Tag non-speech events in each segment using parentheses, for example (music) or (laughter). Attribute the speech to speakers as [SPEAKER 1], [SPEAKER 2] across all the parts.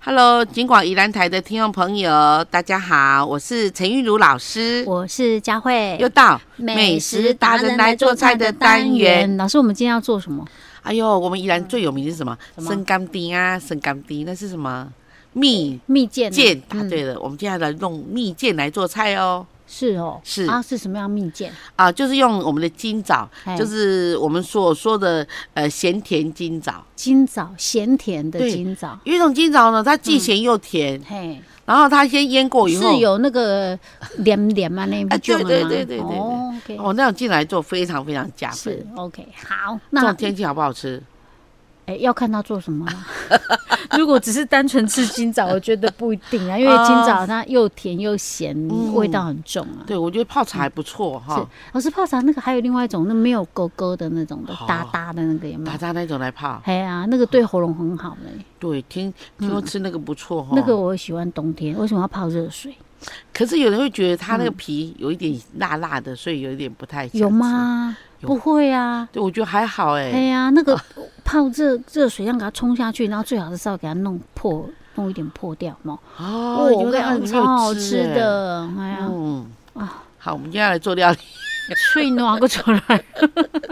[SPEAKER 1] Hello，金广宜兰台的听众朋友，大家好，我是陈玉茹老师，
[SPEAKER 2] 我是佳慧，
[SPEAKER 1] 又到美食达人来做菜的单元。
[SPEAKER 2] 老师，我们今天要做什么？
[SPEAKER 1] 哎呦，我们宜兰最有名是什么？
[SPEAKER 2] 什么
[SPEAKER 1] 生干丁啊，生干丁，那是什么？蜜
[SPEAKER 2] 蜜饯啊，
[SPEAKER 1] 饯，答
[SPEAKER 2] 嗯
[SPEAKER 1] 对了，我们接下来用蜜饯来做菜哦。
[SPEAKER 2] 是哦，
[SPEAKER 1] 是
[SPEAKER 2] 啊，是什么样蜜饯？
[SPEAKER 1] 啊，就是用我们的金枣，
[SPEAKER 2] 哎
[SPEAKER 1] 就是我们所说的呃咸甜金枣，
[SPEAKER 2] 金枣，咸甜的
[SPEAKER 1] 对
[SPEAKER 2] 金枣，
[SPEAKER 1] 因为这种金枣呢，它既咸又甜，
[SPEAKER 2] 嘿，
[SPEAKER 1] 然后它先腌哦过以后，
[SPEAKER 2] 是有那个黏黏嘛，那
[SPEAKER 1] 哎
[SPEAKER 2] 不就
[SPEAKER 1] 对
[SPEAKER 2] 了吗？
[SPEAKER 1] 对对对对对
[SPEAKER 2] 哦，OK，
[SPEAKER 1] 哦，那种进来做非常非常加分
[SPEAKER 2] 是。OK，好，
[SPEAKER 1] 这
[SPEAKER 2] 那
[SPEAKER 1] 种天气好不好吃？
[SPEAKER 2] 哎、要看他做什么
[SPEAKER 1] (laughs)
[SPEAKER 2] 啦。如果只是单纯吃金枣，我觉得不一定啊，因为金枣它又甜又咸，
[SPEAKER 1] (laughs) 嗯
[SPEAKER 2] 味道很重啊。
[SPEAKER 1] 对，我觉得泡茶还不错
[SPEAKER 2] 是
[SPEAKER 1] 哈，，
[SPEAKER 2] 老师泡茶那个还有另外一种，那没有勾勾的那种的
[SPEAKER 1] 好，
[SPEAKER 2] 搭搭的那个有没
[SPEAKER 1] 打
[SPEAKER 2] 有？
[SPEAKER 1] 渣那种来泡。
[SPEAKER 2] 哎呀、那个对喉咙很好嘞、
[SPEAKER 1] 对，听听说吃那个不错哈。
[SPEAKER 2] 嗯那个，我喜欢冬天，为什么要泡热水？
[SPEAKER 1] 可是有人会觉得它那个皮有一点辣辣的，所以有一点不太想
[SPEAKER 2] 嗯有
[SPEAKER 1] 吃？
[SPEAKER 2] 吗？
[SPEAKER 1] 有
[SPEAKER 2] 不会啊。
[SPEAKER 1] 对，我觉得还好
[SPEAKER 2] 哎
[SPEAKER 1] 哎。
[SPEAKER 2] 呀、那个泡热热水，让给它冲下去，然后最好的是要给它弄破，弄一点破掉嘛。
[SPEAKER 1] 哦，有
[SPEAKER 2] 我跟
[SPEAKER 1] 点
[SPEAKER 2] 你讲，超好吃。的，哎
[SPEAKER 1] 哎
[SPEAKER 2] 呀、
[SPEAKER 1] 嗯
[SPEAKER 2] 啊，
[SPEAKER 1] 好，我们接下来做料理。
[SPEAKER 2] 脆暖个出来， (laughs)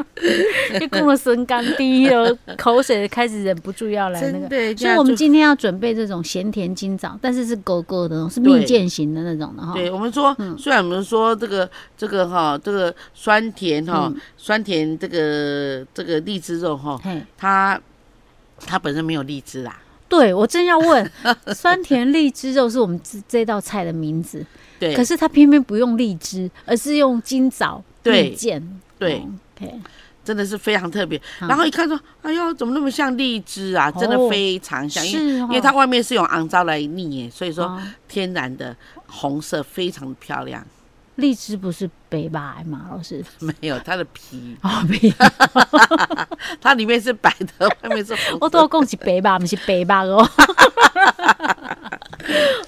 [SPEAKER 2] 你跟我身 (laughs) 干滴了，口水开始忍不住要来那个。
[SPEAKER 1] 的
[SPEAKER 2] 所以，我们今天要准备这种咸甜金枣，但是是勾勾的那种，哦是
[SPEAKER 1] 对
[SPEAKER 2] 蜜饯型的那种的哈。
[SPEAKER 1] 对，我们说，
[SPEAKER 2] 嗯
[SPEAKER 1] 虽然我们说这个这个哈，这个酸甜哈，
[SPEAKER 2] 嗯
[SPEAKER 1] 酸甜这个这个荔枝肉哈，
[SPEAKER 2] 嘿，
[SPEAKER 1] 它它本身没有荔枝啦，
[SPEAKER 2] 对我正
[SPEAKER 1] (laughs)
[SPEAKER 2] 要问，酸甜荔枝肉是我们这这道菜的名字，
[SPEAKER 1] 对，
[SPEAKER 2] 可是它偏偏不用荔枝，而是用金枣
[SPEAKER 1] 对
[SPEAKER 2] 蜜饯。
[SPEAKER 1] 对，
[SPEAKER 2] 哦，OK，
[SPEAKER 1] 真的是非常特别。
[SPEAKER 2] 嗯
[SPEAKER 1] 然后一看说，哎呦，怎么那么像荔枝啊？真的
[SPEAKER 2] 哦
[SPEAKER 1] 非常像，因为
[SPEAKER 2] 是哦，
[SPEAKER 1] 因为它外面是用昂糟来腻耶，所以说
[SPEAKER 2] 哦
[SPEAKER 1] 天然的红色非常漂亮。 (laughs)
[SPEAKER 2] 荔枝不是北吧嘛，老师？
[SPEAKER 1] 没有它的皮，
[SPEAKER 2] 哦，北，
[SPEAKER 1] 它里面是白的，外面是红
[SPEAKER 2] 我都
[SPEAKER 1] 色。
[SPEAKER 2] 要讲是北吧，不是北吧哦。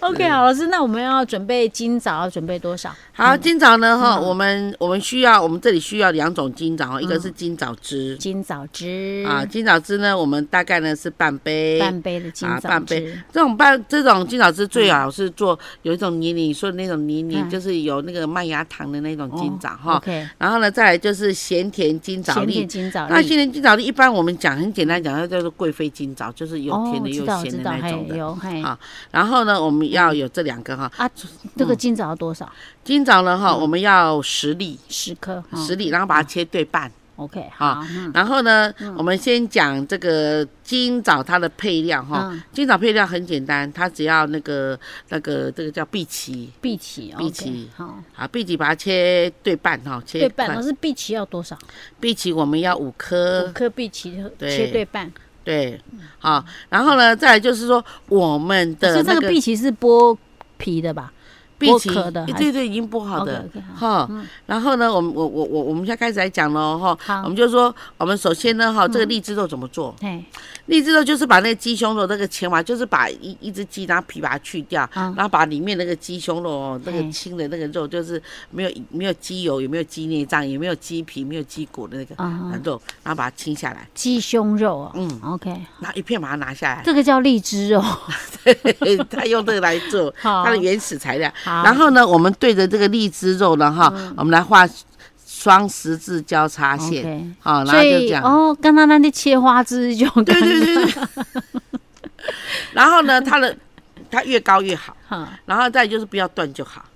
[SPEAKER 2] OK，好，老师，那我们要准备金枣，要准备多少？
[SPEAKER 1] 好，今早呢哈，我们
[SPEAKER 2] 嗯
[SPEAKER 1] 我们需要我们这里需要两种金枣，一个是金枣汁
[SPEAKER 2] 金枣嗯汁
[SPEAKER 1] 啊，金枣汁呢，我们大概呢是半杯。
[SPEAKER 2] 半杯的金
[SPEAKER 1] 啊
[SPEAKER 2] 枣
[SPEAKER 1] 半杯
[SPEAKER 2] 汁，
[SPEAKER 1] 这种半这种金枣汁最好是做有一种泥泞，说的那种泥泞
[SPEAKER 2] 嗯
[SPEAKER 1] 就是有那个麦芽糖的那种金枣哈。
[SPEAKER 2] 哦 OK，
[SPEAKER 1] 然后呢，再来就是咸甜金枣
[SPEAKER 2] 咸
[SPEAKER 1] 粒
[SPEAKER 2] 甜。嗯金枣
[SPEAKER 1] 那
[SPEAKER 2] 粒，
[SPEAKER 1] 咸甜金枣粒一般我们讲很简单讲，它叫做贵妃金枣，就是有
[SPEAKER 2] 哦，
[SPEAKER 1] 甜的
[SPEAKER 2] 知
[SPEAKER 1] 有
[SPEAKER 2] 道
[SPEAKER 1] 咸
[SPEAKER 2] 知
[SPEAKER 1] 的
[SPEAKER 2] 道，
[SPEAKER 1] 那
[SPEAKER 2] 嘿
[SPEAKER 1] 种的。
[SPEAKER 2] 有嘿
[SPEAKER 1] 啊然后呢，我们要有这两个哈，
[SPEAKER 2] 啊，这
[SPEAKER 1] 嗯
[SPEAKER 2] 个金枣要多少？
[SPEAKER 1] 金枣呢
[SPEAKER 2] 嗯
[SPEAKER 1] 哈，我们要十粒，
[SPEAKER 2] 十颗，哦
[SPEAKER 1] 十粒，然后把它切对半。
[SPEAKER 2] OK，
[SPEAKER 1] 啊
[SPEAKER 2] 好，嗯
[SPEAKER 1] 然后呢，我们先讲这个金枣它的配料哈
[SPEAKER 2] 嗯。
[SPEAKER 1] 金枣配料很简单，它只要那个那个这个叫碧琪
[SPEAKER 2] 碧琪，
[SPEAKER 1] 碧琪
[SPEAKER 2] OK，好，
[SPEAKER 1] 啊，碧琪把它切对半哈，切
[SPEAKER 2] 对半，
[SPEAKER 1] 块
[SPEAKER 2] 老师碧琪要多少？
[SPEAKER 1] 碧琪我们要五颗
[SPEAKER 2] 五，颗嗯碧琪
[SPEAKER 1] 对
[SPEAKER 2] 切对半，
[SPEAKER 1] 对，好，然后呢，再来就是说我们
[SPEAKER 2] 所
[SPEAKER 1] 的
[SPEAKER 2] 以这
[SPEAKER 1] 那
[SPEAKER 2] 个
[SPEAKER 1] 个
[SPEAKER 2] 碧琪是剥皮的吧？
[SPEAKER 1] 碧琪哎
[SPEAKER 2] 剥壳的还是
[SPEAKER 1] 对对，已经剥好的
[SPEAKER 2] OK，OK，嗯
[SPEAKER 1] 哈。然后呢，我们我我我我们现在开始来讲喽哈。
[SPEAKER 2] 好嗯
[SPEAKER 1] 我们就说，我们首先呢哈，这个荔枝肉怎么做？
[SPEAKER 2] 哎，
[SPEAKER 1] 荔枝肉就是把那个鸡胸肉那个前嘛，就是把一一只鸡，然后皮把它去掉，
[SPEAKER 2] 嗯
[SPEAKER 1] 然后把里面那个鸡胸肉哦，那个
[SPEAKER 2] 嘿
[SPEAKER 1] 青的那个肉，就是没有没有鸡油，也没有鸡内脏，也没有鸡皮，没有鸡骨的那个
[SPEAKER 2] 嗯
[SPEAKER 1] 呃肉，然后把它清下来，
[SPEAKER 2] 鸡胸肉啊，
[SPEAKER 1] 嗯
[SPEAKER 2] ，OK，
[SPEAKER 1] 然后一片把它拿下来。
[SPEAKER 2] 这个叫荔枝肉，
[SPEAKER 1] (laughs) 他用这个来做
[SPEAKER 2] (laughs) 好
[SPEAKER 1] 它的原始材料。
[SPEAKER 2] 好，嗯
[SPEAKER 1] 然后呢，我们对着这个荔枝肉呢，哈，我们来画双十字交叉线，
[SPEAKER 2] OK，
[SPEAKER 1] 好，然后
[SPEAKER 2] 所
[SPEAKER 1] 就这
[SPEAKER 2] 以
[SPEAKER 1] 样。
[SPEAKER 2] 哦，刚刚那那切花枝就对
[SPEAKER 1] 对对
[SPEAKER 2] (laughs)
[SPEAKER 1] 对对。然后呢，它的它越高越好，
[SPEAKER 2] 哈，
[SPEAKER 1] 然后再就是不要断就好，啊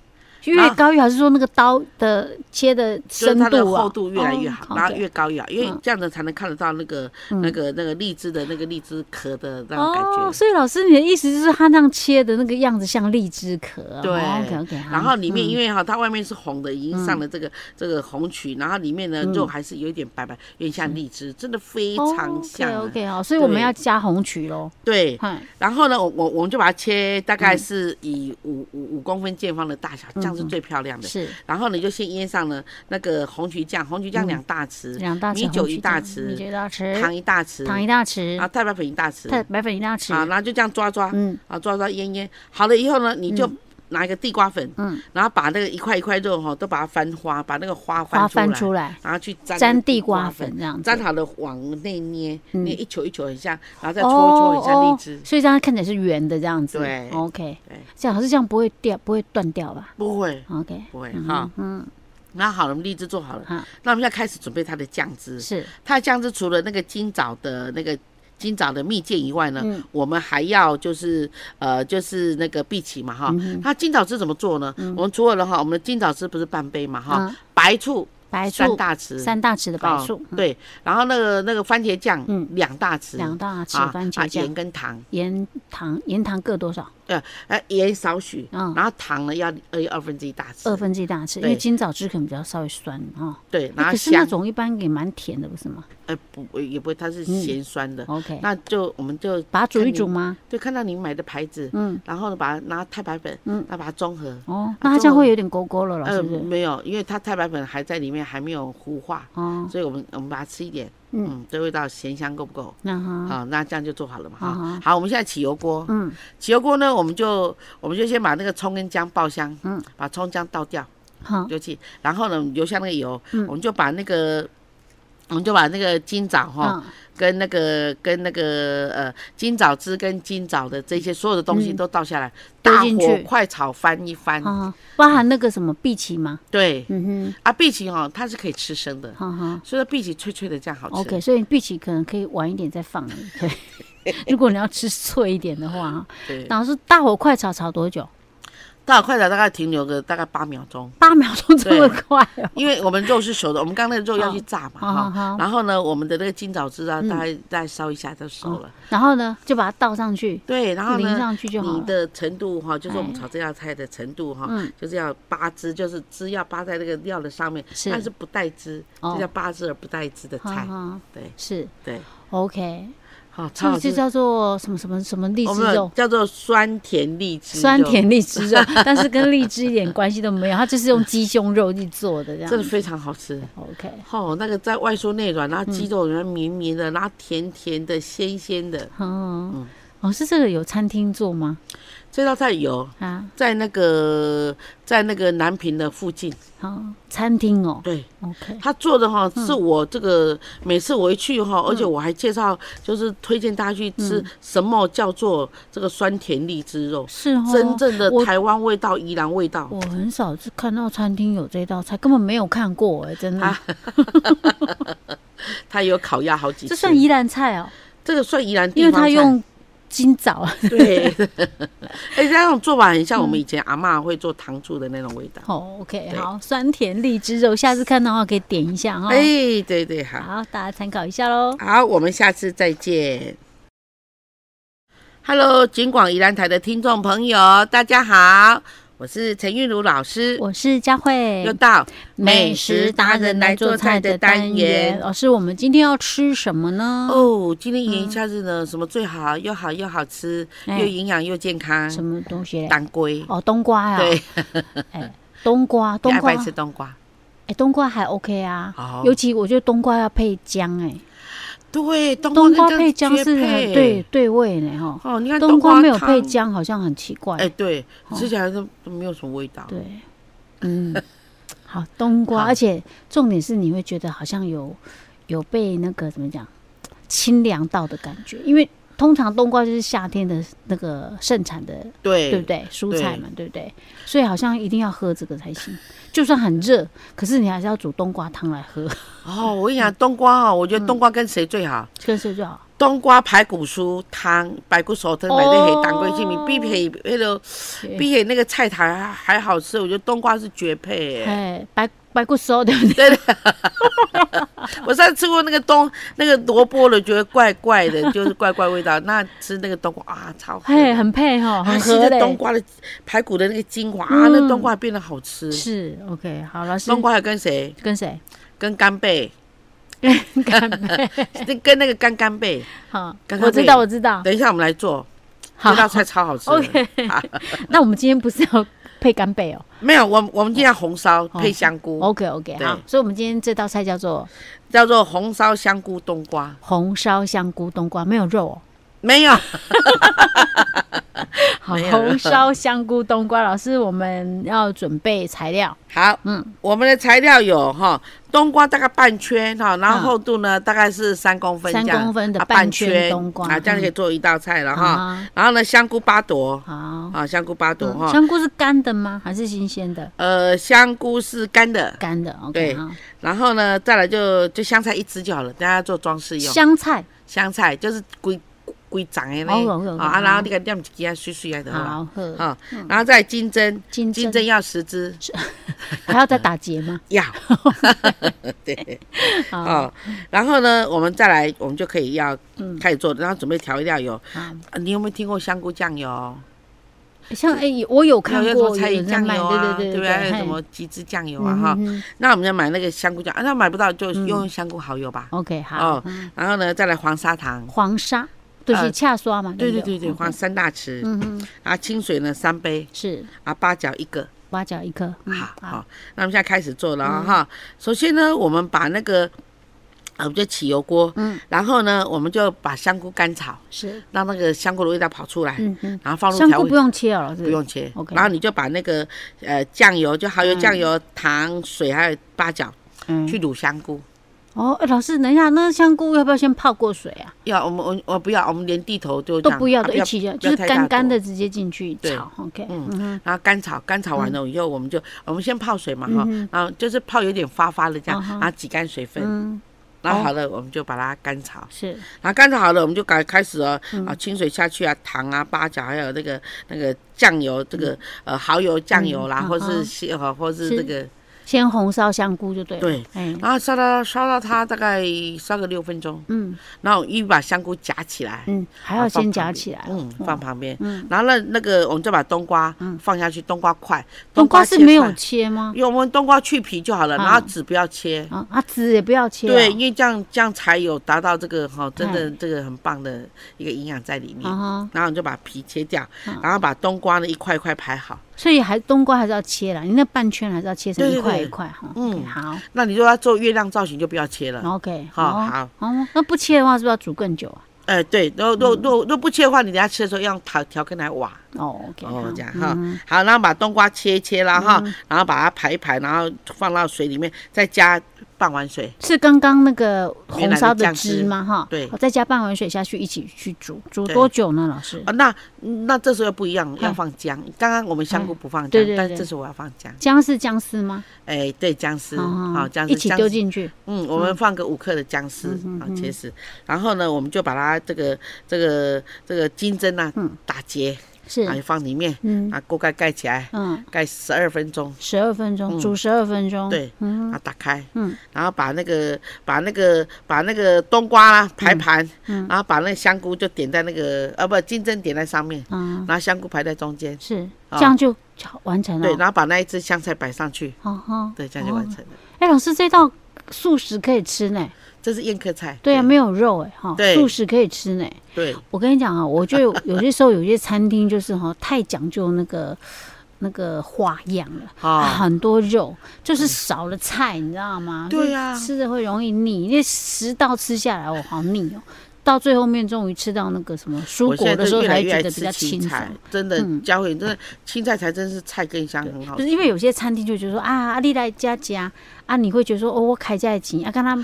[SPEAKER 2] 越高越好，是说那个刀的切的
[SPEAKER 1] 就是
[SPEAKER 2] 深
[SPEAKER 1] 它的
[SPEAKER 2] 度啊，
[SPEAKER 1] 厚度越来越好，
[SPEAKER 2] 哦
[SPEAKER 1] 然后
[SPEAKER 2] OK
[SPEAKER 1] 越高越好，因为
[SPEAKER 2] 嗯
[SPEAKER 1] 这样子才能看得到那个、那个那个荔枝的那个荔枝壳的那种感觉。
[SPEAKER 2] 哦，所以老师，你的意思就是它那样切的那个样子像荔枝壳啊，
[SPEAKER 1] 对
[SPEAKER 2] ，OK OK。
[SPEAKER 1] 然后里面
[SPEAKER 2] 嗯
[SPEAKER 1] 因为哈，它外面是红的，已经上了这个这个红曲，然后里面呢肉还是有一点白白，有点像荔枝，真的非常像啊。
[SPEAKER 2] OK OK 哦好，所以我们
[SPEAKER 1] 对
[SPEAKER 2] 要加红曲喽。
[SPEAKER 1] 对，
[SPEAKER 2] 嗨，
[SPEAKER 1] 然后呢，我我我们就把它切，大
[SPEAKER 2] 嗯
[SPEAKER 1] 概是以五五五公分见方的大小，这样是最漂亮的。
[SPEAKER 2] 是
[SPEAKER 1] 然后你就先腌上了那个红曲酱，红曲酱两大匙，
[SPEAKER 2] 嗯两大匙
[SPEAKER 1] 米酒
[SPEAKER 2] 红曲
[SPEAKER 1] 一大
[SPEAKER 2] 酱
[SPEAKER 1] 匙
[SPEAKER 2] 米酒一大匙，
[SPEAKER 1] 糖一大匙，
[SPEAKER 2] 糖一大
[SPEAKER 1] 然后
[SPEAKER 2] 匙，
[SPEAKER 1] 太白粉一大匙，啊
[SPEAKER 2] 太白粉一大匙
[SPEAKER 1] 啊，。然后就这样抓抓，
[SPEAKER 2] 嗯，
[SPEAKER 1] 啊，抓抓腌腌，好了以后呢，你就拿一个地瓜粉，
[SPEAKER 2] 嗯，
[SPEAKER 1] 然后把那个一块一块肉哈都把它翻花，把那个花
[SPEAKER 2] 花
[SPEAKER 1] 翻出
[SPEAKER 2] 翻
[SPEAKER 1] 来，
[SPEAKER 2] 出来，
[SPEAKER 1] 然后去沾那
[SPEAKER 2] 沾
[SPEAKER 1] 个
[SPEAKER 2] 地
[SPEAKER 1] 地
[SPEAKER 2] 瓜
[SPEAKER 1] 粉
[SPEAKER 2] 粉。这样子
[SPEAKER 1] 沾，好了往内捏，
[SPEAKER 2] 嗯
[SPEAKER 1] 捏一球一球很像，然后再搓一搓很像
[SPEAKER 2] 哦
[SPEAKER 1] 荔枝，
[SPEAKER 2] 所以这样看起来是圆的这样子。
[SPEAKER 1] 对
[SPEAKER 2] ，OK，
[SPEAKER 1] 对
[SPEAKER 2] 这样可是这样不会掉，不会断掉吧
[SPEAKER 1] 不会
[SPEAKER 2] ？OK，
[SPEAKER 1] 不会
[SPEAKER 2] 嗯
[SPEAKER 1] 哈。
[SPEAKER 2] 哼嗯，
[SPEAKER 1] 那好了，我们荔枝做好了
[SPEAKER 2] 好，
[SPEAKER 1] 那我们要开始准备它的酱汁。
[SPEAKER 2] 是
[SPEAKER 1] 它的酱汁除了那个金枣的那个金枣的蜜饯以外呢，
[SPEAKER 2] 嗯
[SPEAKER 1] 我们还要就是呃就是那个碧琪嘛哈。
[SPEAKER 2] 嗯
[SPEAKER 1] 它金枣汁怎么做呢？我们除了哈，我们的金枣汁不是半杯嘛哈，
[SPEAKER 2] 嗯
[SPEAKER 1] 白醋
[SPEAKER 2] 白
[SPEAKER 1] 三
[SPEAKER 2] 醋
[SPEAKER 1] 大匙，
[SPEAKER 2] 三大匙的白
[SPEAKER 1] 哦
[SPEAKER 2] 醋，
[SPEAKER 1] 对，然后那个那个番茄酱
[SPEAKER 2] 嗯
[SPEAKER 1] 两大匙，
[SPEAKER 2] 两大匙
[SPEAKER 1] 啊
[SPEAKER 2] 番
[SPEAKER 1] 啊
[SPEAKER 2] 茄酱
[SPEAKER 1] 盐，跟糖，
[SPEAKER 2] 盐糖盐糖各多少？
[SPEAKER 1] 呃呃盐少许，
[SPEAKER 2] 嗯
[SPEAKER 1] 然后糖呢要二二分之一大匙，
[SPEAKER 2] 二分之一大匙，因
[SPEAKER 1] 对
[SPEAKER 2] 为今早汁可能比较稍微酸哈。
[SPEAKER 1] 对，然
[SPEAKER 2] 哎
[SPEAKER 1] 后
[SPEAKER 2] 可是那
[SPEAKER 1] 香，
[SPEAKER 2] 种一般也蛮甜的，不是吗
[SPEAKER 1] 呃不也不会，它是
[SPEAKER 2] 嗯
[SPEAKER 1] 咸酸的，
[SPEAKER 2] ？OK，
[SPEAKER 1] 那就我们就
[SPEAKER 2] 把它煮一煮
[SPEAKER 1] 看
[SPEAKER 2] 吗？
[SPEAKER 1] 你，就看到你买的牌子，
[SPEAKER 2] 嗯，
[SPEAKER 1] 然后呢把它拿太白粉，
[SPEAKER 2] 嗯
[SPEAKER 1] 嗯，然后把它中和，
[SPEAKER 2] 哦，
[SPEAKER 1] 那
[SPEAKER 2] 那它这样
[SPEAKER 1] 中
[SPEAKER 2] 会
[SPEAKER 1] 文
[SPEAKER 2] 有点勾勾了了，是
[SPEAKER 1] 呃
[SPEAKER 2] 不是？
[SPEAKER 1] 没有，因为它太白粉还在里面，还没有糊化，
[SPEAKER 2] 哦，
[SPEAKER 1] 所以我们我们把它吃一点，
[SPEAKER 2] 嗯哦
[SPEAKER 1] 嗯，这味道咸香够不够？
[SPEAKER 2] 那哈，
[SPEAKER 1] 好，那这样就做好了嘛
[SPEAKER 2] 好好
[SPEAKER 1] 哈。好，我们现在起油锅，
[SPEAKER 2] 哦嗯，
[SPEAKER 1] 起油锅呢，我们就我们就先把那个葱跟姜爆香，
[SPEAKER 2] 嗯
[SPEAKER 1] 嗯，把葱姜倒掉
[SPEAKER 2] 好，
[SPEAKER 1] 丢弃，然后呢留下那个油，
[SPEAKER 2] 嗯
[SPEAKER 1] 我们就把那个我们就把那个金枣哈、
[SPEAKER 2] 嗯
[SPEAKER 1] 跟那个跟那个呃金枣汁跟金枣的这些所有的东西
[SPEAKER 2] 嗯
[SPEAKER 1] 都倒下来，
[SPEAKER 2] 丢
[SPEAKER 1] 大
[SPEAKER 2] 进
[SPEAKER 1] 火
[SPEAKER 2] 去
[SPEAKER 1] 快炒翻一翻。
[SPEAKER 2] 啊，包含那个什么碧琪吗？
[SPEAKER 1] 对
[SPEAKER 2] 嗯
[SPEAKER 1] 啊，碧琪哈、它是可以吃生的
[SPEAKER 2] 哼，，哈哈。
[SPEAKER 1] 所以说碧琪脆脆的这样好吃。
[SPEAKER 2] OK，所以碧琪可能可以晚一点再放。
[SPEAKER 1] (laughs)
[SPEAKER 2] 对，如果你要吃脆一点的话，
[SPEAKER 1] 对，
[SPEAKER 2] 然后是大火快炒，炒多久？
[SPEAKER 1] 大火快炒大概停留个大概八秒钟，
[SPEAKER 2] 八秒钟这么快哦。
[SPEAKER 1] 因为我们肉是熟的，我们刚刚那个肉要去炸嘛
[SPEAKER 2] 好
[SPEAKER 1] 哈
[SPEAKER 2] 好。好，
[SPEAKER 1] 然后呢，我们的那个金枣汁啊，
[SPEAKER 2] 嗯
[SPEAKER 1] 大概大概烧一下就熟了。
[SPEAKER 2] 然后呢就把它倒上去，
[SPEAKER 1] 对，然后
[SPEAKER 2] 淋
[SPEAKER 1] 呢，
[SPEAKER 2] 上去就好
[SPEAKER 1] 你
[SPEAKER 2] 了。
[SPEAKER 1] 的程度哈，就是我们
[SPEAKER 2] 哎
[SPEAKER 1] 炒这道菜的程度哈
[SPEAKER 2] 嗯，
[SPEAKER 1] 就是要扒汁，就是汁要扒在那个料的上面，
[SPEAKER 2] 是
[SPEAKER 1] 但是不带汁，
[SPEAKER 2] 哦
[SPEAKER 1] 这叫扒汁而不带汁的
[SPEAKER 2] 哈
[SPEAKER 1] 菜。
[SPEAKER 2] 哈，
[SPEAKER 1] 对
[SPEAKER 2] 是
[SPEAKER 1] 对，
[SPEAKER 2] OK，
[SPEAKER 1] 好，超
[SPEAKER 2] 这
[SPEAKER 1] 好
[SPEAKER 2] 就
[SPEAKER 1] 吃。
[SPEAKER 2] 叫做什么什么什么荔
[SPEAKER 1] 我
[SPEAKER 2] 枝
[SPEAKER 1] 们有
[SPEAKER 2] 肉。
[SPEAKER 1] 叫做酸甜荔枝肉，
[SPEAKER 2] 酸甜荔枝肉， (laughs) 但是跟荔枝一点关系都没有，它就是用鸡胸肉去做的这样
[SPEAKER 1] 真的
[SPEAKER 2] 子。
[SPEAKER 1] 非常好吃。
[SPEAKER 2] OK，
[SPEAKER 1] 哦，那个在外酥内软，然
[SPEAKER 2] 嗯
[SPEAKER 1] 后鸡肉软绵绵的，然后甜甜的、鲜鲜的。嗯
[SPEAKER 2] 哦，哦，是这个有餐厅做吗？
[SPEAKER 1] 这道菜有
[SPEAKER 2] 啊，
[SPEAKER 1] 在那个在那个南平的附近，
[SPEAKER 2] 好，餐厅哦
[SPEAKER 1] 对，
[SPEAKER 2] ，OK，
[SPEAKER 1] 他做的哈，
[SPEAKER 2] 嗯
[SPEAKER 1] 是我这个每次我一去哈，而且我还介绍，就是推荐大家去吃
[SPEAKER 2] 嗯
[SPEAKER 1] 什么叫做这个酸甜荔枝肉，
[SPEAKER 2] 是哦，
[SPEAKER 1] 真正的
[SPEAKER 2] 我
[SPEAKER 1] 台湾味道、宜兰味道。
[SPEAKER 2] 我很少是看到餐厅有这道菜，根本没有看过哎、真的，
[SPEAKER 1] 啊他有烤鸭好几
[SPEAKER 2] 这
[SPEAKER 1] 次，
[SPEAKER 2] 算宜兰菜哦、
[SPEAKER 1] 这个算宜兰地
[SPEAKER 2] 因为
[SPEAKER 1] 方菜，
[SPEAKER 2] 它用金枣，
[SPEAKER 1] (laughs)
[SPEAKER 2] (laughs)
[SPEAKER 1] 对，而且那种做法很像我们以前阿嬷会做糖醋的那种味道。
[SPEAKER 2] 哦，OK，
[SPEAKER 1] 对
[SPEAKER 2] 好，酸甜荔枝肉，下次看到的话可以点一下哈、
[SPEAKER 1] 哎、啊对对，好。
[SPEAKER 2] 好，大家参考一下喽。
[SPEAKER 1] 好，我们下次再见。Hello，金广宜兰台的听众朋友，大家好，我是陈韵如老师，
[SPEAKER 2] 我是佳慧
[SPEAKER 1] 又，到
[SPEAKER 2] 老哦师，我们今天要吃什么呢？
[SPEAKER 1] 哦，今天炎夏日呢，什么最好？又好又好吃，
[SPEAKER 2] 哎
[SPEAKER 1] 又营养又健康，
[SPEAKER 2] 什么东西嘞？
[SPEAKER 1] 当归。
[SPEAKER 2] 哦，冬瓜呀、
[SPEAKER 1] 对，
[SPEAKER 2] 哎，冬瓜，
[SPEAKER 1] 你
[SPEAKER 2] 冬
[SPEAKER 1] 爱不
[SPEAKER 2] 瓜
[SPEAKER 1] 爱，吃冬瓜？
[SPEAKER 2] 哎，冬瓜还 OK 啊，
[SPEAKER 1] 哦
[SPEAKER 2] 尤其我觉得冬瓜要配姜、哎。
[SPEAKER 1] 对，冬
[SPEAKER 2] 冬
[SPEAKER 1] 跟
[SPEAKER 2] 瓜配姜
[SPEAKER 1] 绝
[SPEAKER 2] 是很
[SPEAKER 1] 配
[SPEAKER 2] 对。对味呢哈。
[SPEAKER 1] 哦，你看
[SPEAKER 2] 冬瓜没有配
[SPEAKER 1] 汤，
[SPEAKER 2] 姜好像很奇怪。
[SPEAKER 1] 哎，对
[SPEAKER 2] 哦，
[SPEAKER 1] 吃起来都没有什么味道。
[SPEAKER 2] 对，嗯， (laughs) 好，冬瓜，
[SPEAKER 1] 好
[SPEAKER 2] 而且重点是你会觉得好像有有被那个怎么讲清凉到的感觉，因为通常冬瓜就是夏天的那个盛产的，
[SPEAKER 1] 对
[SPEAKER 2] 对不对？蔬菜嘛，对不对？所以好像一定要喝这个才行，就算很热，可是你还是要煮冬瓜汤来喝，
[SPEAKER 1] 哦，我跟你讲，冬瓜哦，我
[SPEAKER 2] 嗯
[SPEAKER 1] 觉得冬瓜跟谁最好？
[SPEAKER 2] 跟谁
[SPEAKER 1] (laughs)
[SPEAKER 2] 最好？
[SPEAKER 1] 冬瓜排骨酥汤、排骨烧汤，买那黑当归去面，比起那个
[SPEAKER 2] 哦对
[SPEAKER 1] 比起那个菜苔还还好吃。我觉得冬瓜是绝配欸耶。
[SPEAKER 2] 哎，白白骨酥对不对？
[SPEAKER 1] 我上次吃过那个冬那个萝卜了，觉得怪怪的，就是怪怪味道。那吃那个冬瓜啊，超好。
[SPEAKER 2] 嘿，很配哈，
[SPEAKER 1] 它
[SPEAKER 2] 很
[SPEAKER 1] 吸
[SPEAKER 2] 合
[SPEAKER 1] 着
[SPEAKER 2] 嘞。
[SPEAKER 1] 冬瓜的排骨的那个精华啊，
[SPEAKER 2] 嗯
[SPEAKER 1] 那冬瓜变得好吃。
[SPEAKER 2] 是 OK，好，老师
[SPEAKER 1] 冬瓜还跟谁？
[SPEAKER 2] 跟谁？ (laughs)
[SPEAKER 1] 跟干贝，
[SPEAKER 2] 干杯！
[SPEAKER 1] (laughs) 跟跟那个干干贝。
[SPEAKER 2] 好，
[SPEAKER 1] 干干
[SPEAKER 2] 我知
[SPEAKER 1] 贝
[SPEAKER 2] 道，我知道。
[SPEAKER 1] 等一下我们来做，
[SPEAKER 2] 好
[SPEAKER 1] 这道菜超好吃的。
[SPEAKER 2] ，OK。那我们今天不是要配干贝
[SPEAKER 1] (laughs)
[SPEAKER 2] 哦
[SPEAKER 1] 没有，我我们今天红烧配香菇。
[SPEAKER 2] ？OK OK，
[SPEAKER 1] 对
[SPEAKER 2] 好。所以我们今天这道菜叫做
[SPEAKER 1] 叫做红烧香菇冬瓜，
[SPEAKER 2] (laughs) 红烧香菇冬瓜，没有肉哦。
[SPEAKER 1] 没有，
[SPEAKER 2] 好，
[SPEAKER 1] 没有
[SPEAKER 2] 红烧香菇冬瓜。老师，我们要准备材料，
[SPEAKER 1] 好，
[SPEAKER 2] 嗯
[SPEAKER 1] 嗯，我们的材料有哈，冬瓜大概半圈哈，然
[SPEAKER 2] 嗯
[SPEAKER 1] 后厚度呢、大概是三公分这
[SPEAKER 2] 三
[SPEAKER 1] 样，
[SPEAKER 2] 公分的
[SPEAKER 1] 啊
[SPEAKER 2] 半圈冬瓜
[SPEAKER 1] 啊，这样就
[SPEAKER 2] 嗯
[SPEAKER 1] 可以做一道菜了哈。
[SPEAKER 2] 啊
[SPEAKER 1] 然后呢，香菇八朵
[SPEAKER 2] 好，
[SPEAKER 1] 啊，香菇八朵
[SPEAKER 2] 嗯
[SPEAKER 1] 哈，
[SPEAKER 2] 香菇是干的吗？还是新鲜的？
[SPEAKER 1] 呃，香菇是干的，
[SPEAKER 2] 干的，OK
[SPEAKER 1] 对
[SPEAKER 2] 好
[SPEAKER 1] 然后呢，再来就就香菜一支就好了，大家做装饰用。
[SPEAKER 2] 香菜
[SPEAKER 1] 香菜就是规规长的呢
[SPEAKER 2] 哦有有有，
[SPEAKER 1] 啊，然后你给念一支啊，碎碎啊就好了。
[SPEAKER 2] 好喝，
[SPEAKER 1] 啊，然后再来金针，
[SPEAKER 2] 金
[SPEAKER 1] 金
[SPEAKER 2] 针
[SPEAKER 1] 针要十支，
[SPEAKER 2] 还要再打结吗？
[SPEAKER 1] 要 (laughs) 对。
[SPEAKER 2] (laughs)
[SPEAKER 1] (laughs)
[SPEAKER 2] 好，
[SPEAKER 1] 哦，然后呢，我们再来，我们就可以要
[SPEAKER 2] 嗯
[SPEAKER 1] 开始做，然后准备调味料有。
[SPEAKER 2] 好
[SPEAKER 1] 啊你有没有听过香菇酱油？
[SPEAKER 2] 像哎，我有看
[SPEAKER 1] 有
[SPEAKER 2] 过
[SPEAKER 1] 什么菜
[SPEAKER 2] 有
[SPEAKER 1] 园
[SPEAKER 2] 人在
[SPEAKER 1] 酱
[SPEAKER 2] 卖，
[SPEAKER 1] 油啊，
[SPEAKER 2] 对
[SPEAKER 1] 不
[SPEAKER 2] 对
[SPEAKER 1] 对？还有
[SPEAKER 2] 嘿
[SPEAKER 1] 什么鸡汁酱油啊？
[SPEAKER 2] 嗯
[SPEAKER 1] 哈，
[SPEAKER 2] 哼哼
[SPEAKER 1] 那我们要买那个香菇酱，啊，那买不到就
[SPEAKER 2] 嗯
[SPEAKER 1] 用香菇蚝油吧。
[SPEAKER 2] ，OK 好嗯
[SPEAKER 1] 哦，然后呢，再来黄砂糖，
[SPEAKER 2] 黄沙就是
[SPEAKER 1] 呃
[SPEAKER 2] 恰刷嘛，
[SPEAKER 1] 对对
[SPEAKER 2] 对不
[SPEAKER 1] 对对，
[SPEAKER 2] OK
[SPEAKER 1] 黄三大匙，
[SPEAKER 2] 嗯哼，
[SPEAKER 1] 啊，清水呢三杯，
[SPEAKER 2] 是
[SPEAKER 1] 啊，八角一个。
[SPEAKER 2] 八角一颗，嗯
[SPEAKER 1] 好，好，那我们现在开始做了啊哈。首先呢，我们把那个，啊，我们就起油锅，
[SPEAKER 2] 嗯
[SPEAKER 1] 然后呢，我们就把香菇干炒，
[SPEAKER 2] 是，
[SPEAKER 1] 让那个香菇的味道跑出来，
[SPEAKER 2] 嗯嗯，
[SPEAKER 1] 然后放入
[SPEAKER 2] 香
[SPEAKER 1] 调
[SPEAKER 2] 菇
[SPEAKER 1] 味
[SPEAKER 2] 不，用切哦，老师，
[SPEAKER 1] 不用切
[SPEAKER 2] OK
[SPEAKER 1] 然后你就把那个呃酱油，就蚝油、酱油、糖、水还有八角
[SPEAKER 2] 嗯，
[SPEAKER 1] 去卤香菇。
[SPEAKER 2] 哦，哎老师，等一下，那香菇要不要先泡过水啊？
[SPEAKER 1] 要我们我我不要，我们连地头就
[SPEAKER 2] 都
[SPEAKER 1] 这样
[SPEAKER 2] 不要
[SPEAKER 1] 啊
[SPEAKER 2] 的，一起就
[SPEAKER 1] 不
[SPEAKER 2] 就
[SPEAKER 1] 要
[SPEAKER 2] 是
[SPEAKER 1] 太大
[SPEAKER 2] 干干
[SPEAKER 1] 坨
[SPEAKER 2] 的，直接进去
[SPEAKER 1] 对
[SPEAKER 2] 炒，OK，
[SPEAKER 1] 嗯
[SPEAKER 2] 嗯哼，
[SPEAKER 1] 然后干炒，干炒完了
[SPEAKER 2] 嗯
[SPEAKER 1] 以后，我们就我们先泡水嘛哈，然后就是泡有点发发的这样
[SPEAKER 2] 啊哈，
[SPEAKER 1] 然后挤干水分，
[SPEAKER 2] 嗯，
[SPEAKER 1] 然后好了我们就把它干炒，
[SPEAKER 2] 是，
[SPEAKER 1] 然后啊干炒好了我们就赶开始哦，
[SPEAKER 2] 嗯
[SPEAKER 1] 啊清水下去啊，糖啊、八角还有那个那个酱油，这个呃蚝油、酱油啦，
[SPEAKER 2] 嗯
[SPEAKER 1] 或
[SPEAKER 2] 啊哈
[SPEAKER 1] 是西呃或是
[SPEAKER 2] 是
[SPEAKER 1] 这个，
[SPEAKER 2] 先红烧香菇就对了，
[SPEAKER 1] 对，
[SPEAKER 2] 哎，
[SPEAKER 1] 然后烧到烧到它大概烧个六分钟，
[SPEAKER 2] 嗯
[SPEAKER 1] 然后一把香菇夹起来，
[SPEAKER 2] 嗯，还
[SPEAKER 1] 然
[SPEAKER 2] 要
[SPEAKER 1] 后放
[SPEAKER 2] 先
[SPEAKER 1] 旁
[SPEAKER 2] 夹
[SPEAKER 1] 边
[SPEAKER 2] 起来，哦
[SPEAKER 1] 嗯，放旁边，
[SPEAKER 2] 嗯
[SPEAKER 1] 然后那那个我们就把冬瓜放下去，冬瓜块，
[SPEAKER 2] 冬瓜是
[SPEAKER 1] 切
[SPEAKER 2] 没有
[SPEAKER 1] 块嗯
[SPEAKER 2] 切吗？
[SPEAKER 1] 因为我们冬瓜去皮就好了，
[SPEAKER 2] 啊
[SPEAKER 1] 然后籽不要切。
[SPEAKER 2] 啊啊，籽也不要切哦，
[SPEAKER 1] 对，因为这样这样才有达到这个哈，真
[SPEAKER 2] 嗯
[SPEAKER 1] 的这个很棒的一个营养在里面。
[SPEAKER 2] 啊哈，
[SPEAKER 1] 然后你就把皮切掉
[SPEAKER 2] 嗯，
[SPEAKER 1] 然后把冬瓜呢一块一块排好。
[SPEAKER 2] 所以还冬瓜还是要切啦，你那半圈还是要切成
[SPEAKER 1] 对
[SPEAKER 2] 一
[SPEAKER 1] 对
[SPEAKER 2] 块
[SPEAKER 1] 对
[SPEAKER 2] 一块哈，
[SPEAKER 1] 嗯
[SPEAKER 2] OK，好
[SPEAKER 1] 那你如果要做月亮造型，就不要切了。
[SPEAKER 2] ，OK，
[SPEAKER 1] 嗯好
[SPEAKER 2] 好，
[SPEAKER 1] 好，
[SPEAKER 2] 哦，那不切的话是不是要煮更久啊？
[SPEAKER 1] 哎，对，如果如果如
[SPEAKER 2] 嗯
[SPEAKER 1] 果如果不切的话，你等下吃的时候要用调调羹来挖。
[SPEAKER 2] 哦，OK，
[SPEAKER 1] 哦
[SPEAKER 2] 好，
[SPEAKER 1] 这样哈
[SPEAKER 2] 嗯，
[SPEAKER 1] 好，然后把冬瓜切一切啦哈，然后把它排一排，然后放到水里面，再加半碗水。
[SPEAKER 2] 是刚刚那个红烧
[SPEAKER 1] 原来的
[SPEAKER 2] 的
[SPEAKER 1] 酱
[SPEAKER 2] 汁
[SPEAKER 1] 汁
[SPEAKER 2] 吗？哈，
[SPEAKER 1] 对
[SPEAKER 2] 好再加半碗水下去一起去煮，煮
[SPEAKER 1] 对
[SPEAKER 2] 多久呢？老师，
[SPEAKER 1] 啊，那那这时候又不一样，
[SPEAKER 2] 嗯
[SPEAKER 1] 要放姜。刚刚我们香菇不放
[SPEAKER 2] 嗯对
[SPEAKER 1] 姜
[SPEAKER 2] 对，
[SPEAKER 1] 但
[SPEAKER 2] 对
[SPEAKER 1] 是这时候我要放姜。
[SPEAKER 2] 姜是姜丝吗？哦
[SPEAKER 1] 哎，对，姜丝，好，姜丝，
[SPEAKER 2] 一起
[SPEAKER 1] 姜
[SPEAKER 2] 丢
[SPEAKER 1] 丝。
[SPEAKER 2] 进去，
[SPEAKER 1] 嗯，我们放个五克的姜丝
[SPEAKER 2] 嗯
[SPEAKER 1] 啊
[SPEAKER 2] 嗯嗯，
[SPEAKER 1] 切丝。然后呢，我们就把它这个这个这个金针啊
[SPEAKER 2] 嗯
[SPEAKER 1] 打结，然后
[SPEAKER 2] 是，
[SPEAKER 1] 放里面，
[SPEAKER 2] 嗯
[SPEAKER 1] 啊，锅盖盖起来，
[SPEAKER 2] 嗯，
[SPEAKER 1] 盖十二分钟。
[SPEAKER 2] 十二分钟，
[SPEAKER 1] 嗯
[SPEAKER 2] 煮十二分钟，
[SPEAKER 1] 对，
[SPEAKER 2] 嗯
[SPEAKER 1] 啊，打开，
[SPEAKER 2] 嗯
[SPEAKER 1] 然后把那个把那个把那个冬瓜啦排盘，
[SPEAKER 2] 嗯
[SPEAKER 1] 然后把那个香菇就点在那个呃不金针点在上面，
[SPEAKER 2] 嗯，
[SPEAKER 1] 然后香菇排在中间，
[SPEAKER 2] 是，
[SPEAKER 1] 啊
[SPEAKER 2] 这样就好完成了
[SPEAKER 1] 对，，然后把那一只香菜摆上去，
[SPEAKER 2] 哦哈，
[SPEAKER 1] 对，这样就完成了。
[SPEAKER 2] 哎，老师这道素食可以吃呢，
[SPEAKER 1] 这是宴客菜，
[SPEAKER 2] 对啊，没有肉哎，哈，
[SPEAKER 1] 对
[SPEAKER 2] 素食可以吃呢。 (laughs)
[SPEAKER 1] 对，
[SPEAKER 2] 我跟你讲啊，我就有些时候有些餐厅就是哈 (laughs) 太讲究那个那个花样了。
[SPEAKER 1] 啊，嗯
[SPEAKER 2] 很多肉，就是少了菜，你知道吗？
[SPEAKER 1] 对啊
[SPEAKER 2] 就
[SPEAKER 1] 呀
[SPEAKER 2] 吃的会容易腻。那十道吃下来，我好腻哦。到最后面，终于吃到那个什么蔬
[SPEAKER 1] 我
[SPEAKER 2] 果
[SPEAKER 1] 现
[SPEAKER 2] 的
[SPEAKER 1] 在
[SPEAKER 2] 时
[SPEAKER 1] 就
[SPEAKER 2] 候，
[SPEAKER 1] 越来
[SPEAKER 2] 才
[SPEAKER 1] 越
[SPEAKER 2] 觉
[SPEAKER 1] 爱
[SPEAKER 2] 得比
[SPEAKER 1] 吃
[SPEAKER 2] 较
[SPEAKER 1] 青
[SPEAKER 2] 轻松。
[SPEAKER 1] 菜，真的
[SPEAKER 2] 嗯
[SPEAKER 1] 教会真的青菜才真是菜更香，很好
[SPEAKER 2] 就
[SPEAKER 1] 吃
[SPEAKER 2] 是。因为有些餐厅就觉得说啊，你来加加啊，你会觉得说哦，我开价钱啊，跟他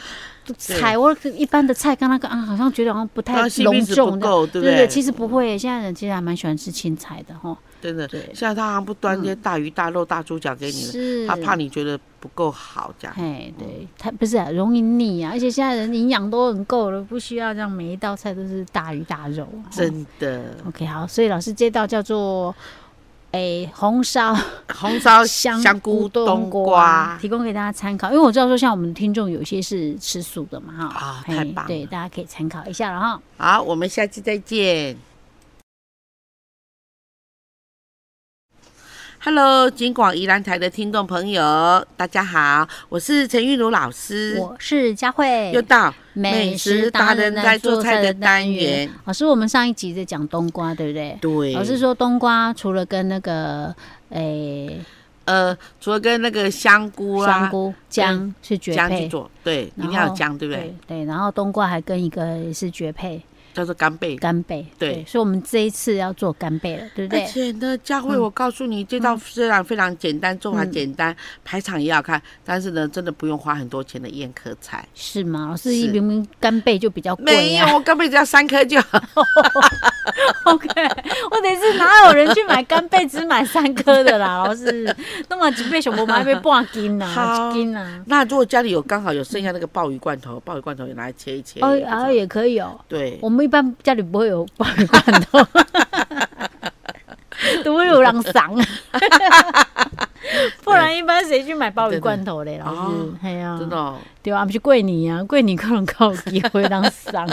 [SPEAKER 2] 菜我一般的菜跟那个啊，好像觉得好像不太
[SPEAKER 1] 然后 CP
[SPEAKER 2] 隆
[SPEAKER 1] 值不
[SPEAKER 2] 重的。
[SPEAKER 1] 够，对
[SPEAKER 2] 对
[SPEAKER 1] 不
[SPEAKER 2] 对
[SPEAKER 1] 对？
[SPEAKER 2] 其实不会，现在人其实还蛮喜欢吃青菜的哈。
[SPEAKER 1] 真的，
[SPEAKER 2] 对，
[SPEAKER 1] 现在他好像不端这些大鱼大肉大猪脚给你了，
[SPEAKER 2] 嗯是
[SPEAKER 1] 他怕你觉得不够好这样。
[SPEAKER 2] 哎，对，它不是、啊、容易腻啊，而且现在人营养都很够了，不需要这样每一道菜都是大鱼大肉啊。
[SPEAKER 1] 真的，
[SPEAKER 2] OK，好，所以老师这道叫做诶、红烧
[SPEAKER 1] (laughs) 红烧
[SPEAKER 2] (laughs) 香
[SPEAKER 1] 哦香菇冬瓜，
[SPEAKER 2] 提供给大家参考。因为我知道说像我们的听众有些是吃素的嘛，哈、
[SPEAKER 1] 啊
[SPEAKER 2] 嘿
[SPEAKER 1] 太棒了
[SPEAKER 2] 对，大家可以参考一下了哈。
[SPEAKER 1] 好，我们下期再见。Hello，金广宜兰台的听众朋友，大家好，我是陈玉茹老师，
[SPEAKER 2] 我是佳慧，
[SPEAKER 1] 又到单元，
[SPEAKER 2] 老师，我们上一集在讲冬瓜，对不对？
[SPEAKER 1] 对，
[SPEAKER 2] 老师说冬瓜除了跟那个诶、
[SPEAKER 1] 呃，除了跟那个香菇啦、
[SPEAKER 2] 香菇、姜是绝
[SPEAKER 1] 姜去
[SPEAKER 2] 配，
[SPEAKER 1] 做，对，一
[SPEAKER 2] 然
[SPEAKER 1] 定要有
[SPEAKER 2] 后
[SPEAKER 1] 姜，对不对？
[SPEAKER 2] 对对，然后冬瓜还跟一个是绝配，
[SPEAKER 1] 叫做干贝。
[SPEAKER 2] 干贝，
[SPEAKER 1] 对
[SPEAKER 2] 所以我们这一次要做干贝了，对不
[SPEAKER 1] 而 (laughs)
[SPEAKER 2] 对？
[SPEAKER 1] 且呢，佳慧，我告诉你，这道虽然非常简单，做
[SPEAKER 2] 嗯
[SPEAKER 1] 法简单，排场也好看，但是呢，真的不用花很多钱的宴客菜。
[SPEAKER 2] 是吗？老师，
[SPEAKER 1] 是
[SPEAKER 2] 明明干贝就比较贵啊
[SPEAKER 1] 没有，
[SPEAKER 2] 呀、
[SPEAKER 1] 我根本只要三颗就好。
[SPEAKER 2] (laughs)
[SPEAKER 1] (laughs)
[SPEAKER 2] OK，我得是哪有人去买干贝只买三颗的啦？
[SPEAKER 1] (laughs)
[SPEAKER 2] 老师，那么几贝熊我们还被半斤呐，
[SPEAKER 1] 好
[SPEAKER 2] 一斤呐。
[SPEAKER 1] 那如果家里有刚好有剩下那个鲍鱼罐头，鲍鱼罐头也拿来切一切。
[SPEAKER 2] 哦，然后也可以哦。
[SPEAKER 1] 对，
[SPEAKER 2] 我们一般家里不会有鲍鱼罐头， (laughs) 都会有人
[SPEAKER 1] (laughs)
[SPEAKER 2] 赏，不然一般谁去买鲍鱼罐头嘞？老师
[SPEAKER 1] 哦，
[SPEAKER 2] 哎呀，
[SPEAKER 1] 真的哦，
[SPEAKER 2] 对啊，不是过年啊，过年可能靠机会让
[SPEAKER 1] (laughs)
[SPEAKER 2] 赏。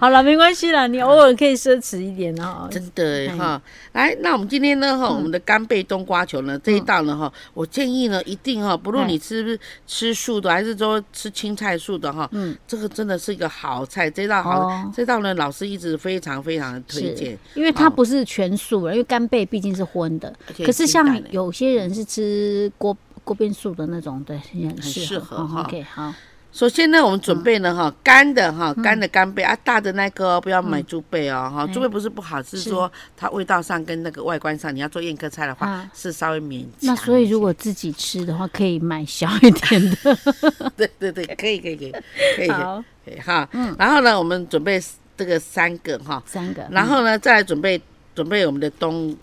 [SPEAKER 2] 好了，没关系啦，你偶尔可以奢侈一点啊。
[SPEAKER 1] 真的耶
[SPEAKER 2] 哎嗯
[SPEAKER 1] 哈。来，那我们今天呢哈，我们的干贝冬瓜球呢这一道呢哈，我建议呢一定哈，不论
[SPEAKER 2] 哎
[SPEAKER 1] 你吃不是吃素的，还是说吃青菜素的哈，
[SPEAKER 2] 嗯，
[SPEAKER 1] 这个真的是一个好菜。这道好
[SPEAKER 2] 哦，
[SPEAKER 1] 这道呢老师一直非常非常的推荐
[SPEAKER 2] 是。因为它
[SPEAKER 1] 哦
[SPEAKER 2] 不是全素了，因为干贝毕竟是荤的，
[SPEAKER 1] 而且
[SPEAKER 2] 可是
[SPEAKER 1] 清淡
[SPEAKER 2] 像
[SPEAKER 1] 耶
[SPEAKER 2] 有些人是吃锅锅边素的那种，对，也很
[SPEAKER 1] 适
[SPEAKER 2] 适
[SPEAKER 1] 合
[SPEAKER 2] 合。哦
[SPEAKER 1] 哈
[SPEAKER 2] OK，好，
[SPEAKER 1] 首先呢，我们准备呢哈干的哈干的干贝啊，大的那个哦不要买猪贝哦哈，
[SPEAKER 2] 嗯嗯
[SPEAKER 1] 猪贝不是不好，是
[SPEAKER 2] 是
[SPEAKER 1] 说它味道上跟那个外观上，你要做宴客菜的话
[SPEAKER 2] 啊
[SPEAKER 1] 是稍微勉强一些。
[SPEAKER 2] 那所以如果自己吃的话，可以买小一点 (laughs) 的。
[SPEAKER 1] (laughs) 对对对，可以可以可以可以可
[SPEAKER 2] 好，
[SPEAKER 1] 以哈，
[SPEAKER 2] 嗯
[SPEAKER 1] 然后呢，我们准备这个三个哈，
[SPEAKER 2] 三个。
[SPEAKER 1] 然后呢再来准备准备我们的冬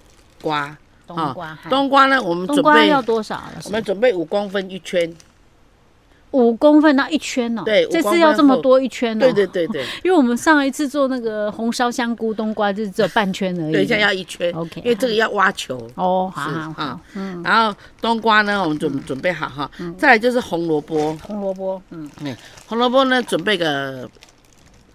[SPEAKER 1] 瓜，
[SPEAKER 2] 嗯冬瓜，嗨
[SPEAKER 1] 啊冬瓜呢我们
[SPEAKER 2] 冬
[SPEAKER 1] 准
[SPEAKER 2] 瓜
[SPEAKER 1] 备
[SPEAKER 2] 要多少啊？老师
[SPEAKER 1] 我们准备五公分一圈，
[SPEAKER 2] 五公分那一圈哦。
[SPEAKER 1] 对五
[SPEAKER 2] 这
[SPEAKER 1] 公
[SPEAKER 2] 次
[SPEAKER 1] 分
[SPEAKER 2] 要这么
[SPEAKER 1] 厚
[SPEAKER 2] 多一圈哦。
[SPEAKER 1] 对对。对对，
[SPEAKER 2] 因为我们上一次做那个红烧香菇冬瓜，就是只有半圈而已。
[SPEAKER 1] 对，现在要一圈
[SPEAKER 2] OK，
[SPEAKER 1] 因为这个要挖球。
[SPEAKER 2] 哦，
[SPEAKER 1] 是
[SPEAKER 2] 好好嗯
[SPEAKER 1] 啊，，
[SPEAKER 2] 好
[SPEAKER 1] 然后冬瓜呢，我们准准备好哈，
[SPEAKER 2] 嗯
[SPEAKER 1] 再来就是红萝卜，
[SPEAKER 2] 红萝卜，嗯，
[SPEAKER 1] 红萝卜呢准备个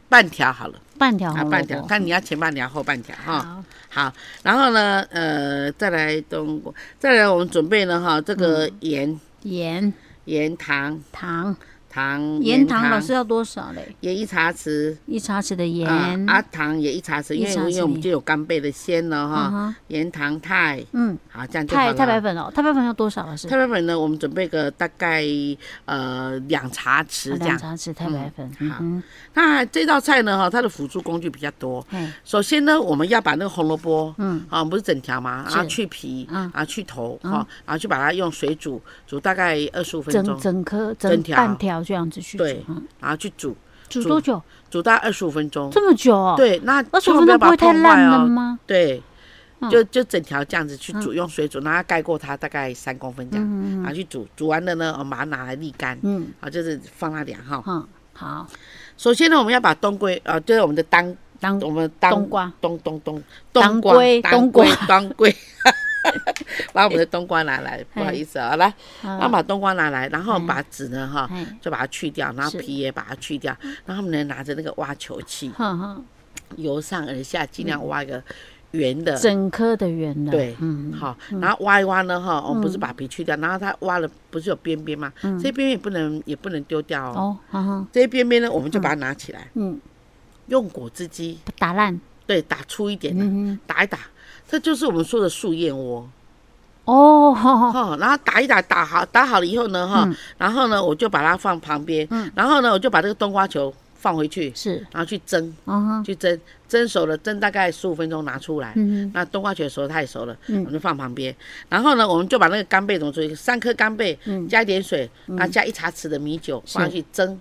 [SPEAKER 1] 半条好了，
[SPEAKER 2] 半条
[SPEAKER 1] 啊
[SPEAKER 2] 红萝
[SPEAKER 1] 半条，啊
[SPEAKER 2] 卜。嗯
[SPEAKER 1] 看你要前半条后半条哈。
[SPEAKER 2] 好，
[SPEAKER 1] 好，然后呢，呃，再来冬瓜，再来我们准备呢哈，这
[SPEAKER 2] 嗯
[SPEAKER 1] 个盐、
[SPEAKER 2] 盐、
[SPEAKER 1] 盐、糖、
[SPEAKER 2] 糖，
[SPEAKER 1] 糖、
[SPEAKER 2] 盐糖老师要多少嘞？
[SPEAKER 1] 也一茶匙，
[SPEAKER 2] 一茶匙的盐。
[SPEAKER 1] 啊啊糖也一茶匙，因为
[SPEAKER 2] 一茶匙
[SPEAKER 1] 因为我们就有干贝的鲜了
[SPEAKER 2] 嗯
[SPEAKER 1] 哈，
[SPEAKER 2] 哼，
[SPEAKER 1] 盐、糖、太，
[SPEAKER 2] 嗯，
[SPEAKER 1] 好这样啊就好
[SPEAKER 2] 太
[SPEAKER 1] 了。
[SPEAKER 2] 太白粉哦，太白粉要多少老师？
[SPEAKER 1] 太白粉呢，我们准备个大概呃两茶匙这
[SPEAKER 2] 啊两
[SPEAKER 1] 样。
[SPEAKER 2] 茶匙太白粉。
[SPEAKER 1] 嗯
[SPEAKER 2] 嗯
[SPEAKER 1] 好
[SPEAKER 2] 哼，
[SPEAKER 1] 那这道菜呢，哈，它的辅助工具比较多。
[SPEAKER 2] 嘿，
[SPEAKER 1] 首先呢，我们要把那个红萝卜，
[SPEAKER 2] 嗯，
[SPEAKER 1] 啊，不是整条嘛，然后
[SPEAKER 2] 是
[SPEAKER 1] 去皮，
[SPEAKER 2] 嗯
[SPEAKER 1] 然后去头，哈，然后去把它用水煮，煮大概二十五分
[SPEAKER 2] 整
[SPEAKER 1] 钟，
[SPEAKER 2] 整颗
[SPEAKER 1] 整
[SPEAKER 2] 整
[SPEAKER 1] 条
[SPEAKER 2] 半条这样子去煮，
[SPEAKER 1] 对
[SPEAKER 2] 嗯
[SPEAKER 1] 然后去煮，
[SPEAKER 2] 煮
[SPEAKER 1] 煮
[SPEAKER 2] 多久？
[SPEAKER 1] 煮大概二十五分钟。
[SPEAKER 2] 这么久哦？，
[SPEAKER 1] 对，那
[SPEAKER 2] 二十
[SPEAKER 1] 千
[SPEAKER 2] 五
[SPEAKER 1] 万不要
[SPEAKER 2] 分钟不
[SPEAKER 1] 把
[SPEAKER 2] 会
[SPEAKER 1] 它
[SPEAKER 2] 太
[SPEAKER 1] 碰坏
[SPEAKER 2] 烂了
[SPEAKER 1] 哦。
[SPEAKER 2] 吗？
[SPEAKER 1] 对，
[SPEAKER 2] 嗯
[SPEAKER 1] 就就整条这样子去煮，用水煮，然后盖过它大概三公分这样，然后去煮，煮完了呢，我哦们把它拿来沥干，
[SPEAKER 2] 嗯，
[SPEAKER 1] 啊，就是放它凉哈。
[SPEAKER 2] 嗯，好，
[SPEAKER 1] 首先呢，我们要把冬瓜，呃，就是我们的当，
[SPEAKER 2] 当
[SPEAKER 1] 我们当
[SPEAKER 2] 冬瓜，
[SPEAKER 1] 冬冬冬
[SPEAKER 2] 当
[SPEAKER 1] 瓜
[SPEAKER 2] 归
[SPEAKER 1] 当
[SPEAKER 2] 冬
[SPEAKER 1] 归当归，
[SPEAKER 2] (laughs)
[SPEAKER 1] 把我们的冬瓜拿来，不好意思啊，来，那
[SPEAKER 2] 哎嗯
[SPEAKER 1] 把冬瓜拿来，然后把籽呢哈，
[SPEAKER 2] 嘿，
[SPEAKER 1] 就把它去掉，然后
[SPEAKER 2] 是
[SPEAKER 1] 皮也把它去掉，然后我们呢拿着那个挖球器，
[SPEAKER 2] 哼哼，
[SPEAKER 1] 由上而下尽量挖一个圆的，
[SPEAKER 2] 整颗的圆的，
[SPEAKER 1] 呃对
[SPEAKER 2] 嗯，
[SPEAKER 1] 好，然后挖一挖呢哈，我们不是把皮去掉，然后它挖了不是有边边吗？这边也不能也不能丢掉哦，
[SPEAKER 2] 嗯哦，嗯哼，
[SPEAKER 1] 这边边呢我们就把它拿起来，
[SPEAKER 2] 嗯，
[SPEAKER 1] 用果汁机
[SPEAKER 2] 打烂，
[SPEAKER 1] 对打粗一点的，
[SPEAKER 2] 嗯
[SPEAKER 1] 打一打，这就是我们说的素燕窝。
[SPEAKER 2] 哼，哦，好好，
[SPEAKER 1] 哈、然后打一打，打好打好了以后呢，哈、然后呢，我就把它放旁边，
[SPEAKER 2] 嗯
[SPEAKER 1] 然后呢，我就把这个冬瓜球放回去，
[SPEAKER 2] 是，
[SPEAKER 1] 然后去蒸，
[SPEAKER 2] 嗯哼，
[SPEAKER 1] 去蒸，蒸熟了，蒸大概十五分钟拿出来。
[SPEAKER 2] 嗯
[SPEAKER 1] 那冬瓜球熟了，它也熟了，
[SPEAKER 2] 嗯
[SPEAKER 1] 我们就放旁边。然后呢，我们就把那个干贝怎么做？三颗干贝，
[SPEAKER 2] 嗯
[SPEAKER 1] 加一点水，然后加一茶匙的米酒放上去蒸，
[SPEAKER 2] 哼，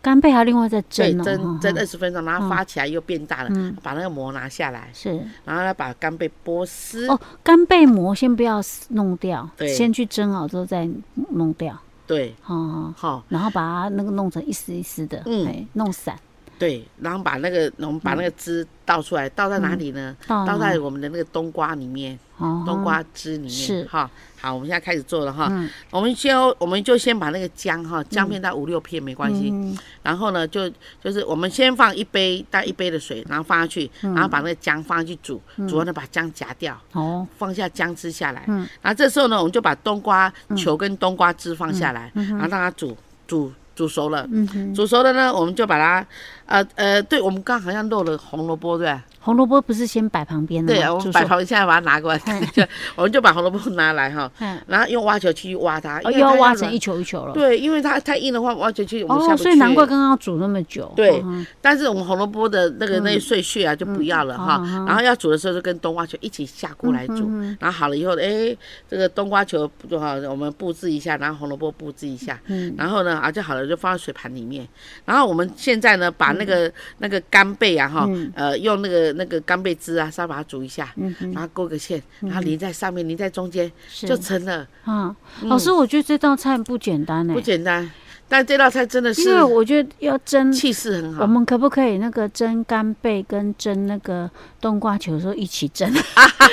[SPEAKER 2] 干贝还要另外再
[SPEAKER 1] 对
[SPEAKER 2] 蒸，哦，
[SPEAKER 1] 蒸
[SPEAKER 2] 哼
[SPEAKER 1] 蒸呃二
[SPEAKER 2] 哼
[SPEAKER 1] 十分钟，然后发起来又变大了，
[SPEAKER 2] 嗯
[SPEAKER 1] 把那个膜拿下来，
[SPEAKER 2] 是，
[SPEAKER 1] 然后呢把干贝剥丝，
[SPEAKER 2] 哦，干贝膜先不要弄掉，
[SPEAKER 1] 对
[SPEAKER 2] 先去蒸好之后再弄掉，
[SPEAKER 1] 对，
[SPEAKER 2] 哦哦，
[SPEAKER 1] 好、
[SPEAKER 2] 然后把它那个弄成一丝一丝的，
[SPEAKER 1] 嗯
[SPEAKER 2] 哎，弄散，
[SPEAKER 1] 对，然后把那个我们把那个汁倒出来，倒在哪里呢？
[SPEAKER 2] 倒
[SPEAKER 1] 倒在我们的那个冬瓜里面，冬
[SPEAKER 2] 冬
[SPEAKER 1] 瓜汁里面。
[SPEAKER 2] 是
[SPEAKER 1] 哈，好，我们现在开始做了哈。
[SPEAKER 2] 哦嗯
[SPEAKER 1] 我们先我们就先把那个姜哈，姜片到五六片没关系。
[SPEAKER 2] 嗯
[SPEAKER 1] 然后呢，就就是我们先放一杯带一杯的水，然后放下去，
[SPEAKER 2] 嗯
[SPEAKER 1] 然后把那个姜放下去煮，煮完了把姜夹掉。
[SPEAKER 2] 哦，
[SPEAKER 1] 放下姜汁下来，
[SPEAKER 2] 嗯
[SPEAKER 1] 然后这时候呢，我们就把冬瓜球跟冬瓜汁放下来，然后让它煮煮煮熟了，
[SPEAKER 2] 嗯嗯哼，
[SPEAKER 1] 煮熟了呢，我们就把它呃呃，对，我们刚好像漏了红萝卜，对不
[SPEAKER 2] 红萝卜不是先摆旁边的
[SPEAKER 1] 对？啊对，我
[SPEAKER 2] 吗？就
[SPEAKER 1] 们
[SPEAKER 2] 是
[SPEAKER 1] 摆，旁边，现在把它拿过来， (laughs) 就我们就把红萝卜拿来哈，
[SPEAKER 2] 嗯，
[SPEAKER 1] 然后用挖球去挖它，因
[SPEAKER 2] 哦，
[SPEAKER 1] 为
[SPEAKER 2] 又
[SPEAKER 1] 它
[SPEAKER 2] 要挖成
[SPEAKER 1] 软
[SPEAKER 2] 一球一球了。
[SPEAKER 1] 对，因为它太硬的话，挖球去我们下
[SPEAKER 2] 哦，
[SPEAKER 1] 不去。
[SPEAKER 2] 所以难怪刚刚要煮那么久。
[SPEAKER 1] 对
[SPEAKER 2] 嗯
[SPEAKER 1] 但是我们红萝卜的那个那些碎屑啊就不要了哈
[SPEAKER 2] 嗯嗯，
[SPEAKER 1] 然后要煮的时候就跟冬瓜球一起下锅来煮，然后好了以后，哎，这个冬瓜球就好，我们布置一下，然后红萝卜布置一下，
[SPEAKER 2] 嗯
[SPEAKER 1] 然后呢啊就好了，就放在水盘里面。然后我们现在呢，把那
[SPEAKER 2] 嗯
[SPEAKER 1] 个那个干贝啊哈，呃，用那个那个干贝汁啊，稍微把它煮一下，
[SPEAKER 2] 嗯哼，
[SPEAKER 1] 然后勾个芡，然后淋在上面，淋在中间
[SPEAKER 2] 是
[SPEAKER 1] 啊就成了，
[SPEAKER 2] 啊，老师，我觉得这道菜不简单哎
[SPEAKER 1] 不，简单。但这道菜真的
[SPEAKER 2] 因
[SPEAKER 1] 是
[SPEAKER 2] 为我觉得要蒸，
[SPEAKER 1] 气势很好
[SPEAKER 2] 我。们可不可以那个蒸干贝跟蒸那个冬瓜球的时候一起
[SPEAKER 1] (laughs)
[SPEAKER 2] 蒸，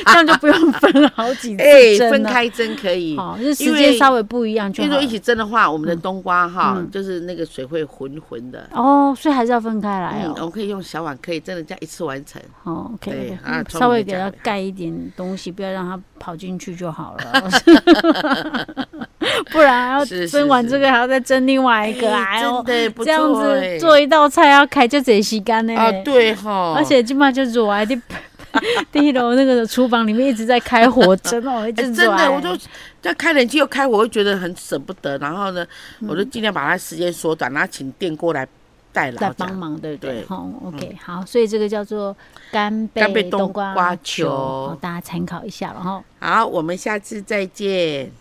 [SPEAKER 2] 这样就不用分好几次
[SPEAKER 1] 哎，
[SPEAKER 2] 蒸了啊
[SPEAKER 1] 分，开蒸可以。
[SPEAKER 2] 好，就是
[SPEAKER 1] 因
[SPEAKER 2] 时
[SPEAKER 1] 为
[SPEAKER 2] 间稍微不一样就
[SPEAKER 1] 因为
[SPEAKER 2] 好
[SPEAKER 1] 说
[SPEAKER 2] 了嗯
[SPEAKER 1] 一。起蒸的话，我们的冬瓜哈，就是那个水会浑浑的。
[SPEAKER 2] 哦，所以还是要分开来
[SPEAKER 1] 嗯，我
[SPEAKER 2] 哦。
[SPEAKER 1] 们可以用小碗，可以真的这样一次完成。
[SPEAKER 2] 哦
[SPEAKER 1] 对
[SPEAKER 2] ，OK，
[SPEAKER 1] 啊
[SPEAKER 2] 稍微给它盖一点东西，不要让它跑进去就好
[SPEAKER 1] (laughs)
[SPEAKER 2] 了。不然还要
[SPEAKER 1] 是是
[SPEAKER 2] 蒸完
[SPEAKER 1] 是
[SPEAKER 2] 这个还要再蒸另外一个，哎呦
[SPEAKER 1] 真，的不
[SPEAKER 2] 这样
[SPEAKER 1] 错
[SPEAKER 2] 子
[SPEAKER 1] 哎
[SPEAKER 2] 做一道菜要开就这时间呢。
[SPEAKER 1] 啊，对哈，
[SPEAKER 2] 而且基本上就热啊，你第一楼那个厨房里面一直在开火蒸哦，一
[SPEAKER 1] 哎
[SPEAKER 2] 直
[SPEAKER 1] 真
[SPEAKER 2] 热哎
[SPEAKER 1] 的，我就在开冷气又开火，我会觉得很舍不得。然后呢，
[SPEAKER 2] 嗯
[SPEAKER 1] 我就尽量把它时间缩短，然后请电锅来代
[SPEAKER 2] 在
[SPEAKER 1] 劳这
[SPEAKER 2] 帮
[SPEAKER 1] 样。
[SPEAKER 2] 忙，对不对
[SPEAKER 1] 对？嗯
[SPEAKER 2] 好，OK，好，所以这个叫做干
[SPEAKER 1] 干贝
[SPEAKER 2] 贝
[SPEAKER 1] 冬
[SPEAKER 2] 冬瓜
[SPEAKER 1] 瓜
[SPEAKER 2] 球，
[SPEAKER 1] 球
[SPEAKER 2] 好大家参考一下了哈。
[SPEAKER 1] 好，我们下次再见。